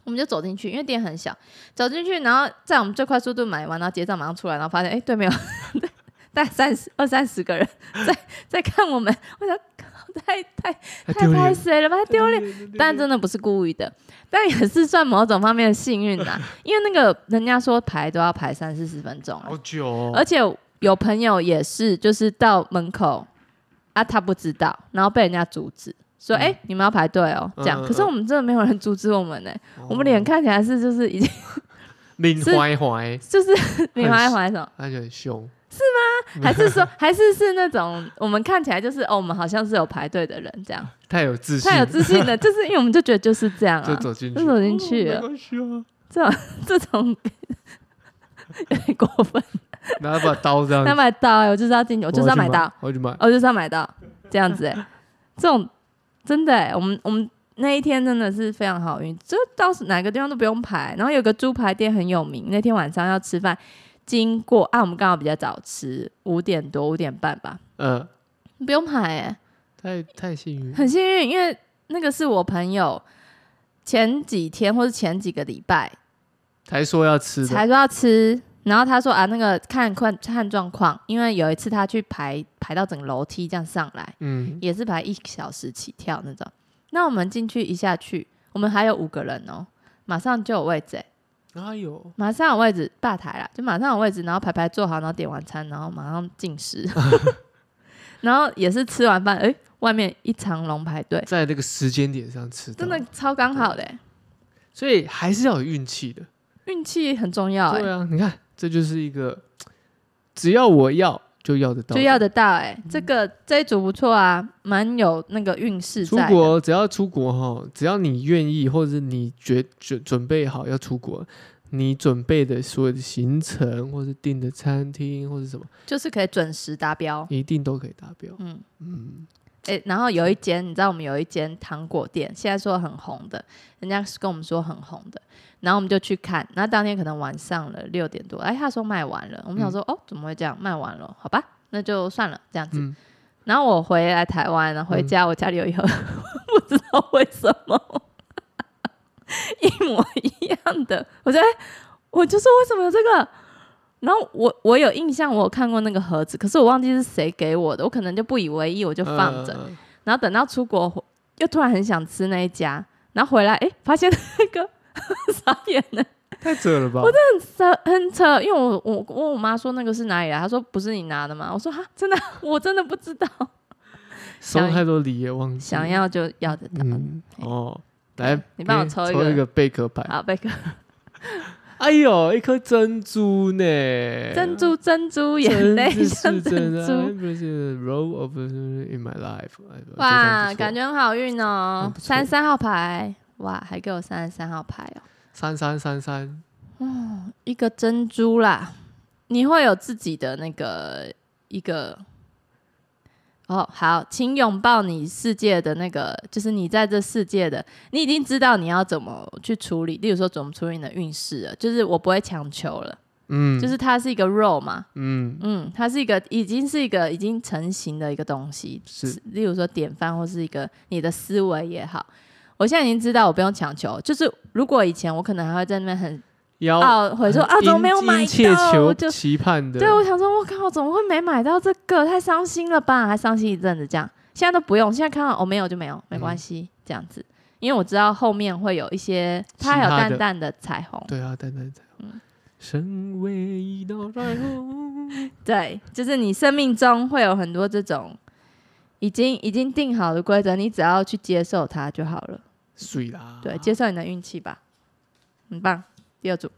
Speaker 2: 我们就走进去，因为店很小，走进去，然后在我们最快速度买完，然后结账马上出来，然后发现，哎，对面有 大概三十二三十个人在在看我们，我想靠太太
Speaker 1: 太
Speaker 2: 太
Speaker 1: 丢
Speaker 2: 拍
Speaker 1: 脸，
Speaker 2: 谁了吧，太丢脸。
Speaker 1: 脸
Speaker 2: 但真的不是故意的， 但也是算某种方面的幸运 啦、因为那个人家说排都要排三四十分钟、啊
Speaker 1: 好久、哦，
Speaker 2: 而且有朋友也是，就是到门口啊，他不知道，然后被人家阻止，说：“
Speaker 1: 嗯
Speaker 2: 哎、你们要排队哦。”这样，
Speaker 1: 嗯嗯
Speaker 2: 可是我们真的没有人阻止我们呢、我们脸
Speaker 1: 看
Speaker 2: 看起来是就是已经
Speaker 1: 明
Speaker 2: 是
Speaker 1: 哦怀怀，
Speaker 2: 就是你怀怀什么？
Speaker 1: 而且很凶，
Speaker 2: 还是说 还是是那种我们看起来就是哦，我们好像是有排队的人这样，
Speaker 1: 太有自信，
Speaker 2: 太有自信了，就是因为我们就觉得就是这样
Speaker 1: 就
Speaker 2: 啊，
Speaker 1: 走进去，
Speaker 2: 就走进去
Speaker 1: 哦
Speaker 2: 了
Speaker 1: 没。关系啊，
Speaker 2: 这种 这种有点过分。
Speaker 1: 拿把刀这样子
Speaker 2: 那，买到、欸，我就是要进去，我就是要买到，，
Speaker 1: 嗯
Speaker 2: 哦
Speaker 1: 我要去买，
Speaker 2: 我就是要买到，这样子、 欸。这种真的、欸，我们我们那一天真的是非常好运，就到哪个地方都不用排。然后有个猪排店很有名，那天晚上要吃饭，经过啊，我们刚好比较早吃，五点多五点半吧，
Speaker 1: 嗯，
Speaker 2: 不用排、欸，
Speaker 1: 太太幸运，
Speaker 2: 很幸运，因为那个是我朋友前几天或是前几个礼拜
Speaker 1: 才说要吃的，
Speaker 2: 才说要吃，然后他说啊，那个看看看状况，因为有一次他去排排到整个楼梯这样上来，
Speaker 1: 嗯，
Speaker 2: 也是排一小时起跳那种。那我们进去一下去，我们还有五个人哦，马上就有位置欸、
Speaker 1: 哪有？
Speaker 2: 马上有位置，吧台啦，就马上有位置，然后排排坐好，然后点完餐，然后马上 进食，然后也是吃完饭，哎、外面一长龙排队，
Speaker 1: 在那个时间点上吃，
Speaker 2: 真的，超刚好的欸、
Speaker 1: 所以还是要有运气的。
Speaker 2: 运气很重要、
Speaker 1: 对
Speaker 2: 欸，
Speaker 1: 啊，你看，这就是一个，只要我要就要得到，
Speaker 2: 就要得到、欸，
Speaker 1: 嗯
Speaker 2: 哎，这个这一组不错啊，蛮有那个运势
Speaker 1: 出
Speaker 2: 在的。
Speaker 1: 国，只要出国哈，只要你愿意，或者是你觉准准备好要出国，你准备的所有的行程，或是订的餐厅，或是什么，
Speaker 2: 就是可以准时达标。
Speaker 1: 一定都可以达标。
Speaker 2: 嗯
Speaker 1: 嗯，
Speaker 2: 诶，然后有一间，你知道我们有一间糖果店，现在说很红的，人家是跟我们说很红的，然后我们就去看。然后当天可能晚上了六点多，哎，他说卖完了，我们
Speaker 1: 嗯
Speaker 2: 想说、哦，怎么会这样？卖完了，好吧，那就算了，这样子。
Speaker 1: 嗯
Speaker 2: 然后我回来台湾，然后回家，我家里有一盒， 不知道为什么 一模一样的，我觉得我就说为什么有这个？然后我我有印象，我有看过那个盒子，可是我忘记是谁给我的，我可能就不以为意，我就放着。
Speaker 1: 嗯
Speaker 2: 然后等到出国，又突然很想吃那一家，然后回来，哎，发现那个 傻眼了，
Speaker 1: 太扯了吧？
Speaker 2: 这很扯。因为我我我问我妈说那个是哪里来，她说不是你拿的吗？我说哈，真的，我真的不知道。
Speaker 1: 收太多礼也忘记了。
Speaker 2: 想要就要得到。
Speaker 1: 嗯
Speaker 2: 嘿
Speaker 1: 哦，来，
Speaker 2: 哎
Speaker 1: 哎
Speaker 2: 你帮我抽一
Speaker 1: 一
Speaker 2: 个
Speaker 1: 个贝壳牌。
Speaker 2: 好，贝壳
Speaker 1: 哎呦，一颗珍珠呢？
Speaker 2: 珍珠珍珠眼泪
Speaker 1: 真是
Speaker 2: 像珍
Speaker 1: 啊
Speaker 2: 珠，
Speaker 1: 不是 roll of in my life。哎
Speaker 2: 哇，感
Speaker 1: 觉
Speaker 2: 觉很好运
Speaker 1: 很
Speaker 2: 哦
Speaker 1: 嗯不。错
Speaker 2: 三十三号牌，哇，还给我三十三号牌哦，
Speaker 1: 三三三三，
Speaker 2: 一个珍珠啦，你会有自己的那个一个。哦，好，请拥抱你世界的那个，就是你在这世界的，你已经知道你要怎么去处理，例如说怎么处理你的运势了，就是我不会强求了，
Speaker 1: 嗯，
Speaker 2: 就是它是一个 role 嘛，
Speaker 1: 嗯
Speaker 2: 嗯，它是一个已经是一个已经成型的一个东西，
Speaker 1: 是，
Speaker 2: 例如说典范或是一个你的思维也好。我现在已经知道我不用强求，就是如果以前我可能还会在那边很
Speaker 1: 要
Speaker 2: 懊悔说啊
Speaker 1: 哦很
Speaker 2: 怎么没有
Speaker 1: 殷
Speaker 2: 买
Speaker 1: 殷切
Speaker 2: 到，
Speaker 1: 求
Speaker 2: 我就
Speaker 1: 期盼的，
Speaker 2: 对我想说我靠怎么会没买到这个，太伤心了吧，还伤心一阵子这样。现在都不用，现在看到哦没有就没有，没关系、这样子，因为我知道后面会有一些它还有
Speaker 1: 其他的
Speaker 2: 淡淡的彩虹，
Speaker 1: 对啊，等等等，
Speaker 2: 嗯
Speaker 1: 身为一道彩 虹，
Speaker 2: 对，就是你生命中会有很多这种已经已经定好的规则，你只要去接受它就好了。
Speaker 1: 水啦，
Speaker 2: 对，接受你的运气吧，很棒。第二组，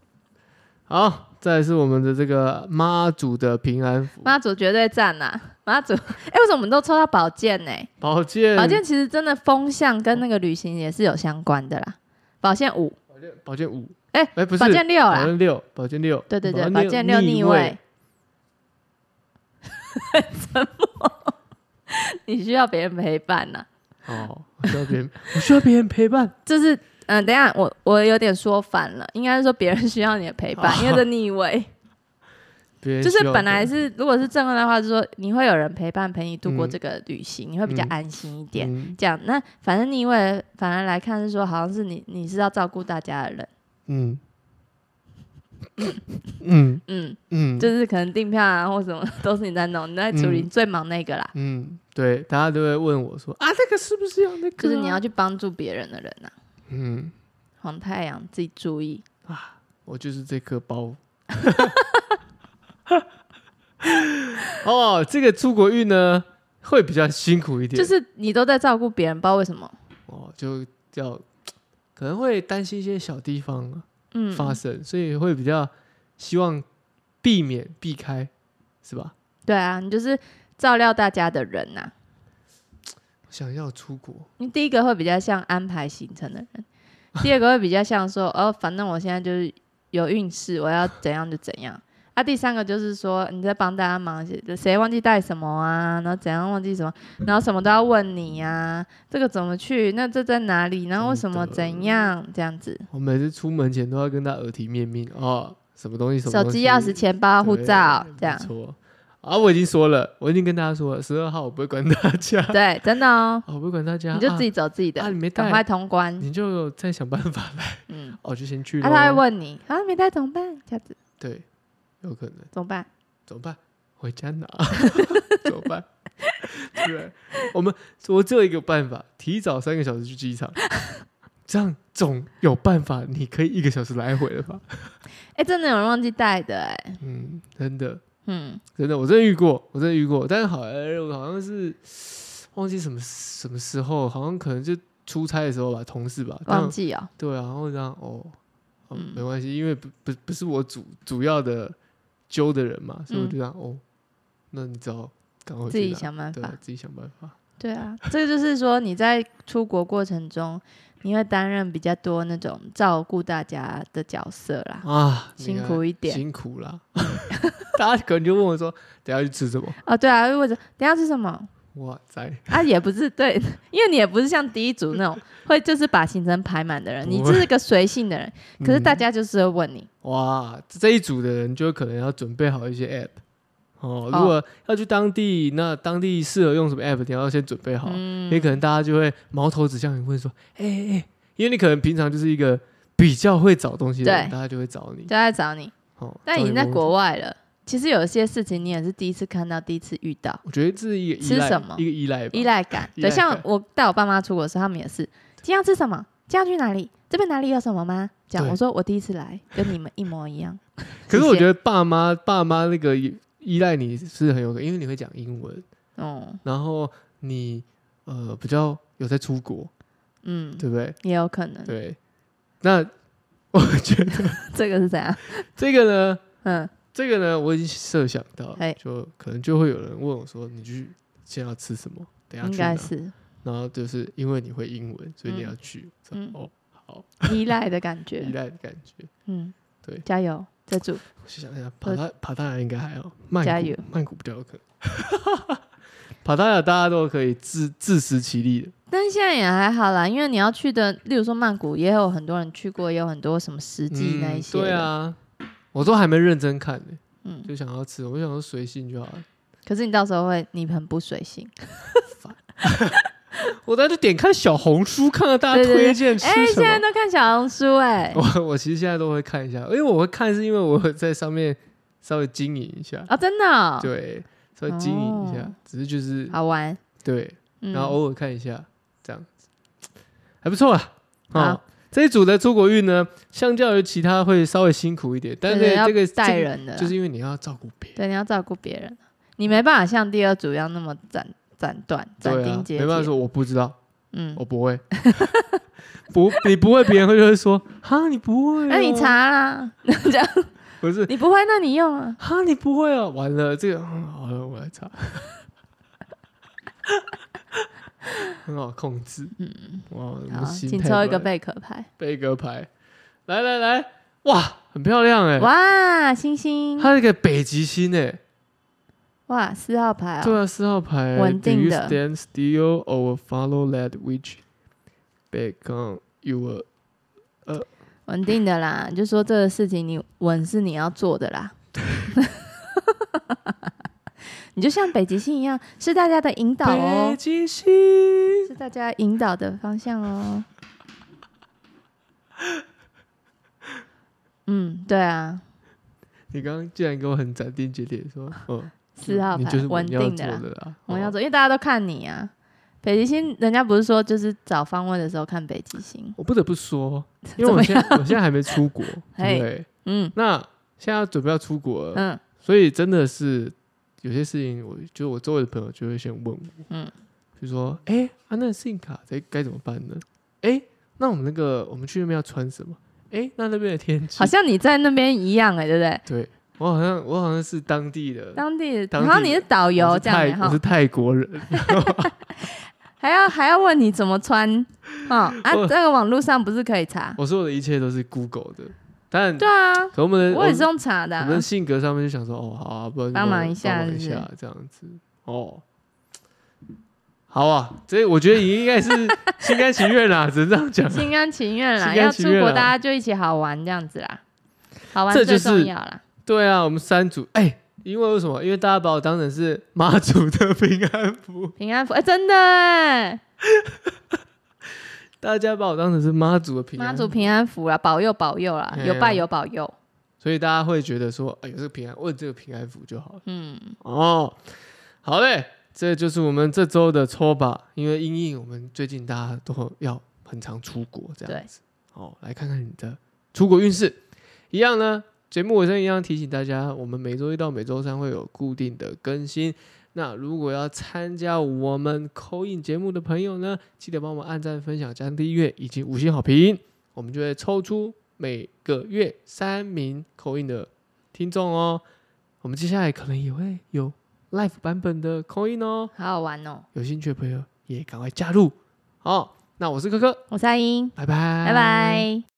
Speaker 1: 好，再来是我们的这个妈祖的平安符，
Speaker 2: 妈祖绝对赞呐、妈祖，哎、 为什么我们都抽到宝剑呢？
Speaker 1: 宝剑，
Speaker 2: 宝剑其实真的风向跟那个旅行也是有相关的啦。宝剑五，
Speaker 1: 宝剑五，
Speaker 2: 哎
Speaker 1: 哎，不是
Speaker 2: 宝剑六
Speaker 1: 宝
Speaker 2: 啦，
Speaker 1: 剑六，宝剑六，
Speaker 2: 对对对，宝剑六逆 位。。沉默， 你需要别人陪伴啊呐、
Speaker 1: 哦，我需要别人，我需要别人陪伴。
Speaker 2: 就是嗯、呃等一下我我有点说反了，应该是说别人需要你的陪伴，因为这逆位。
Speaker 1: 别人
Speaker 2: 就是
Speaker 1: 希望
Speaker 2: 本
Speaker 1: 的
Speaker 2: 来是如果是正案的话，就是说你会有人陪伴陪你度过
Speaker 1: 嗯
Speaker 2: 这个旅行，你会比较
Speaker 1: 嗯
Speaker 2: 安心一点。
Speaker 1: 嗯
Speaker 2: 这样，那反正你因为反而来看是说，好像是你你是要照顾大家的人，
Speaker 1: 嗯嗯
Speaker 2: 嗯，
Speaker 1: 嗯，
Speaker 2: 就是可能订票啊或什么都是你在弄，你在处理
Speaker 1: 嗯
Speaker 2: 你最忙那个啦，
Speaker 1: 嗯，对，大家都会问我说啊，那个是不是要那个啊、
Speaker 2: 就是你要去帮助别人的人啊。
Speaker 1: 嗯，
Speaker 2: 黄太阳自己注意，
Speaker 1: 我就是这颗包。 哦，这个出国运呢会比较辛苦一点，
Speaker 2: 就是你都在照顾别人，不知道为什么，
Speaker 1: 哦，就要可能会担心一些小地方啊
Speaker 2: 嗯，
Speaker 1: 发生，所以会比较希望避免避开，是吧？
Speaker 2: 对啊，你就是照料大家的人呐、啊
Speaker 1: 想要出国，
Speaker 2: 你第一个会比较像安排行程的人，第二个会比较像说，哦，反正我现在就是有运势，我要怎样就怎样。啊，第三个就是说你在帮大家忙，谁谁忘记带什么啊，然后怎样忘记什么，
Speaker 1: 嗯
Speaker 2: 然后什么都要问你呀、啊，这个怎么去，那这在哪里，然后为什么
Speaker 1: 真的
Speaker 2: 怎样这样子，
Speaker 1: 我每次出门前都要跟他耳提面命哦，什么东西什么
Speaker 2: 手
Speaker 1: 东
Speaker 2: 机、
Speaker 1: 西
Speaker 2: 钥匙、钱包、护
Speaker 1: 对
Speaker 2: 照这样
Speaker 1: 没，错啊，我已经说了，我已经跟大家说了，十二号我不会管大家，
Speaker 2: 对，真的哦，
Speaker 1: 啊我不会管大家，
Speaker 2: 你就自己走自己
Speaker 1: 啊啊
Speaker 2: 的，
Speaker 1: 你没
Speaker 2: 赶快
Speaker 1: 带，
Speaker 2: 通关，
Speaker 1: 你就再想办法来，
Speaker 2: 嗯，
Speaker 1: 哦，就先去
Speaker 2: 啊，他会
Speaker 1: 咯
Speaker 2: 问你，啊，没带怎么办？这样子
Speaker 1: 对，有可能
Speaker 2: 怎么办？
Speaker 1: 怎么办？回家拿 怎么办？对不对，我们我只有一个办法，提早三个小时去机场， 这样总有办法，你可以一个小时来回了吧？
Speaker 2: 哎、真的有人忘记带的哎、
Speaker 1: 嗯，真的。
Speaker 2: 嗯，
Speaker 1: 真的，我真的遇过，我真的遇过，但是好，呃我好像是忘记什么什么时候，好像可能就出差的时候吧，同事吧，
Speaker 2: 忘
Speaker 1: 但
Speaker 2: 记哦，
Speaker 1: 对啊，然后这样哦，哦
Speaker 2: 嗯
Speaker 1: 没关系，因为不不不是我主主要的揪的人嘛，所以我
Speaker 2: 嗯
Speaker 1: 就这样、哦，那你只好赶回去
Speaker 2: 自己
Speaker 1: 拿
Speaker 2: 想办
Speaker 1: 对
Speaker 2: 法
Speaker 1: 啊。，自己想办法，
Speaker 2: 对啊，这个就是说你在出国过程中，你会担任比较多那种照顾大家的角色啦，
Speaker 1: 啊， 你
Speaker 2: 辛
Speaker 1: 看
Speaker 2: 苦一点
Speaker 1: 辛苦 啦， 大家可能就问我说，等一下去吃什么？
Speaker 2: 哦。对啊，或者等一下吃什么
Speaker 1: 哇塞，
Speaker 2: 啊，也不是对， 因为你也不是像第一组那种会就是把行程排满的人，你
Speaker 1: 不会
Speaker 2: 就是个随性的人。可是
Speaker 1: 嗯
Speaker 2: 大家就是会问你，
Speaker 1: 哇，这一组的人就可能要准备好一些 app 哦。
Speaker 2: 哦
Speaker 1: 如果要去当地，那当地适合用什么 app，你要先准备好，
Speaker 2: 嗯
Speaker 1: 因为可能大家就会矛头指向你，问说：“哎、哎、哎因为你可能平常就是一个比较会找东西的人，
Speaker 2: 对
Speaker 1: 大家就会找你
Speaker 2: 就。在找你。
Speaker 1: 哦，
Speaker 2: 但已
Speaker 1: 你
Speaker 2: 经在国，外了，其实有些事情你也是第一次看到，第一次遇到。
Speaker 1: 我觉得这是一个依
Speaker 2: 吃
Speaker 1: 赖
Speaker 2: 什么
Speaker 1: 一个依赖吧，
Speaker 2: 依赖 感。
Speaker 1: 依
Speaker 2: 对，
Speaker 1: 赖
Speaker 2: 像
Speaker 1: 感
Speaker 2: 我带我爸妈出国的时候，他们也是，今天要吃什么？今天要去哪里？这边哪里有什么吗？讲，
Speaker 1: 对
Speaker 2: 我说我第一次来，跟你们一模一 样。
Speaker 1: 可是
Speaker 2: 谢
Speaker 1: 我
Speaker 2: 谢
Speaker 1: 觉得爸妈爸妈那个依依赖你是很有可能，因为你会讲英文，
Speaker 2: 哦，
Speaker 1: 然后你呃比较有在出国，
Speaker 2: 嗯，
Speaker 1: 对不对？
Speaker 2: 也有可能，
Speaker 1: 对，那我觉得。
Speaker 2: 这个是怎样？
Speaker 1: 这个呢，
Speaker 2: 嗯，
Speaker 1: 这个呢，我已经设想到
Speaker 2: 嘿，
Speaker 1: 就可能就会有人问我说：“你去先要吃什么？等下
Speaker 2: 应
Speaker 1: 去
Speaker 2: 该
Speaker 1: 哪
Speaker 2: 是？”
Speaker 1: 然后就是因为你会英文，所以你
Speaker 2: 嗯
Speaker 1: 要去。这样
Speaker 2: 嗯
Speaker 1: 哦，好，
Speaker 2: 依赖的 感
Speaker 1: 依
Speaker 2: 觉。
Speaker 1: 赖的感觉。
Speaker 2: 嗯，
Speaker 1: 对
Speaker 2: 加油，这组
Speaker 1: 我想一下，爬塔爬塔亚应该还好，曼
Speaker 2: 加
Speaker 1: 谷
Speaker 2: 油
Speaker 1: 曼谷比较有可能。 爬塔亚大家都可以自自食其力的，
Speaker 2: 但现在也还好啦，因为你要去的，例如说曼谷，也有很多人去过，也有很多什么实际那一
Speaker 1: 嗯
Speaker 2: 些、
Speaker 1: 对，啊，我都还没认真看呢，
Speaker 2: 嗯。
Speaker 1: 就想要吃，我想说随性就好了。
Speaker 2: 可是你到时候会，你很不随 性。
Speaker 1: 我当时点开小红书，看看大家
Speaker 2: 对对对
Speaker 1: 推荐吃
Speaker 2: 哎、
Speaker 1: 什
Speaker 2: 现
Speaker 1: 么
Speaker 2: 在。都看小红书哎、
Speaker 1: 我 我其实现在都会看一下，因为我会看是因为我在上面稍微经营一下，
Speaker 2: 哦，真的哦、
Speaker 1: 对，稍微经营一下，
Speaker 2: 哦
Speaker 1: 只是就是
Speaker 2: 好玩。
Speaker 1: 对，
Speaker 2: 嗯、
Speaker 1: 然后偶尔看一下、这样子，还不错啦。哦
Speaker 2: 好，
Speaker 1: 这一组的出国运呢，相较于其他会稍微辛苦一点，但是
Speaker 2: 对要
Speaker 1: 这个
Speaker 2: 带
Speaker 1: 这个
Speaker 2: 人的啦，
Speaker 1: 就是因为你要照顾别人，
Speaker 2: 对，你要照顾别人，你没办法像第二组一样那么斩斩断、斩
Speaker 1: 对
Speaker 2: 钉
Speaker 1: 啊，
Speaker 2: 截铁。
Speaker 1: 没办法说哦我不知道，
Speaker 2: 嗯，
Speaker 1: 我不会， 不，你不会，别人会就会说哈你不会、哦，
Speaker 2: 那你查啦，
Speaker 1: 不是
Speaker 2: 你不会，那你用啊。
Speaker 1: 哈，你不会啊？完了，这个、嗯好了，我来查， 很好控制。嗯，哇，我
Speaker 2: 好，
Speaker 1: 们心
Speaker 2: 请
Speaker 1: 态
Speaker 2: 抽一
Speaker 1: 不
Speaker 2: 个
Speaker 1: 来
Speaker 2: 贝壳牌。
Speaker 1: 贝壳牌，来来来，哇，很漂亮哎、
Speaker 2: 哇，星星，
Speaker 1: 它那个北极星哎、
Speaker 2: 哇，四号牌哦。
Speaker 1: 对啊，四号牌，
Speaker 2: 稳定的
Speaker 1: Do you stand still or follow that which become your？
Speaker 2: 稳定的啦，就说这个事情你稳是你要做的啦。 你就像北极星一样，是大家的引导哦
Speaker 1: 北，极星，
Speaker 2: 是大家引导的方向哦。 嗯，对啊，
Speaker 1: 你刚刚竟然给我很斩钉截铁地说，哦，
Speaker 2: 四号
Speaker 1: 你
Speaker 2: 牌
Speaker 1: 就是我
Speaker 2: 稳
Speaker 1: 们要做
Speaker 2: 定的啦，
Speaker 1: 的啦，
Speaker 2: 我们要
Speaker 1: 哦
Speaker 2: 走，因为大家都看你啊。北极星，人家不是说就是找方位的时候看北极星，
Speaker 1: 我不得不说， 因为
Speaker 2: 怎
Speaker 1: 我
Speaker 2: 么
Speaker 1: 现在我现在还没出 国，对
Speaker 2: 嘿
Speaker 1: 不对？
Speaker 2: 嗯
Speaker 1: 那现在要准备要出国了，
Speaker 2: 嗯，
Speaker 1: 所以真的是有些事情我，就我周围的朋友就会先问我，
Speaker 2: 嗯
Speaker 1: 就说，哎、啊，那信用卡该该怎么办呢？哎、那我们那个我们去那边要穿什么？哎、那那边的天气
Speaker 2: 好，像你在那边一样哎、对不对？
Speaker 1: 对我好像我好像是当地的，
Speaker 2: 当地，
Speaker 1: 当地
Speaker 2: 然后你是导
Speaker 1: 我
Speaker 2: 游
Speaker 1: 是
Speaker 2: 这样
Speaker 1: 泰
Speaker 2: 欸
Speaker 1: 我
Speaker 2: 哈
Speaker 1: 是，泰国人，
Speaker 2: 还要还要问你怎么穿，哈啊，
Speaker 1: 我
Speaker 2: 这个网络上不是可以查？
Speaker 1: 我说我的一切都是 Google 的，但
Speaker 2: 对啊，
Speaker 1: 可我们的
Speaker 2: 我也是
Speaker 1: 我
Speaker 2: 用查的、
Speaker 1: 们
Speaker 2: 啊
Speaker 1: 我们。的性格上面就想说，哦，好啊，不然
Speaker 2: 帮忙一下
Speaker 1: 帮忙一
Speaker 2: 是不是
Speaker 1: 下这样子，哦。好啊，这我觉得也应该是 心甘情愿啦，只能这样讲啊。
Speaker 2: 心甘情愿
Speaker 1: 心
Speaker 2: 啦，
Speaker 1: 甘
Speaker 2: 要
Speaker 1: 情
Speaker 2: 出
Speaker 1: 愿啦
Speaker 2: 国大家就一起好玩这样子啦，好玩
Speaker 1: 这
Speaker 2: 最
Speaker 1: 就是
Speaker 2: 重要啦。
Speaker 1: 对啊，我们三组，哎、因为为什么？因为大家把我当成是妈祖的平安符，
Speaker 2: 平安符，哎、真的哎，
Speaker 1: 大家把我当成是妈祖的平安，
Speaker 2: 妈祖，平安符啦，保佑保佑啦，
Speaker 1: 哎呀
Speaker 2: 有拜有保佑。
Speaker 1: 所以大家会觉得说，哎、有这个平安，问这个平安符就好了。
Speaker 2: 嗯，
Speaker 1: 哦，好嘞，这就是我们这周的抽吧，因为因应我们最近大家都要很常出国这样子，哦，来看看你的出国运势。一样呢，节目尾声一样提醒大家，我们每周一到每周三会有固定的更新。那如果要参加我们扣印节目的朋友呢，记得帮我们按赞、分享、加订阅以及五星好评，我们就会抽出每个月三名扣印的听众哦。我们接下来可能也会有 live 版本的 coin 哦，
Speaker 2: 好好玩哦。
Speaker 1: 有兴趣的朋友也赶快加入。好，那我是科科，
Speaker 2: 我是阿英，
Speaker 1: 拜拜，
Speaker 2: 拜拜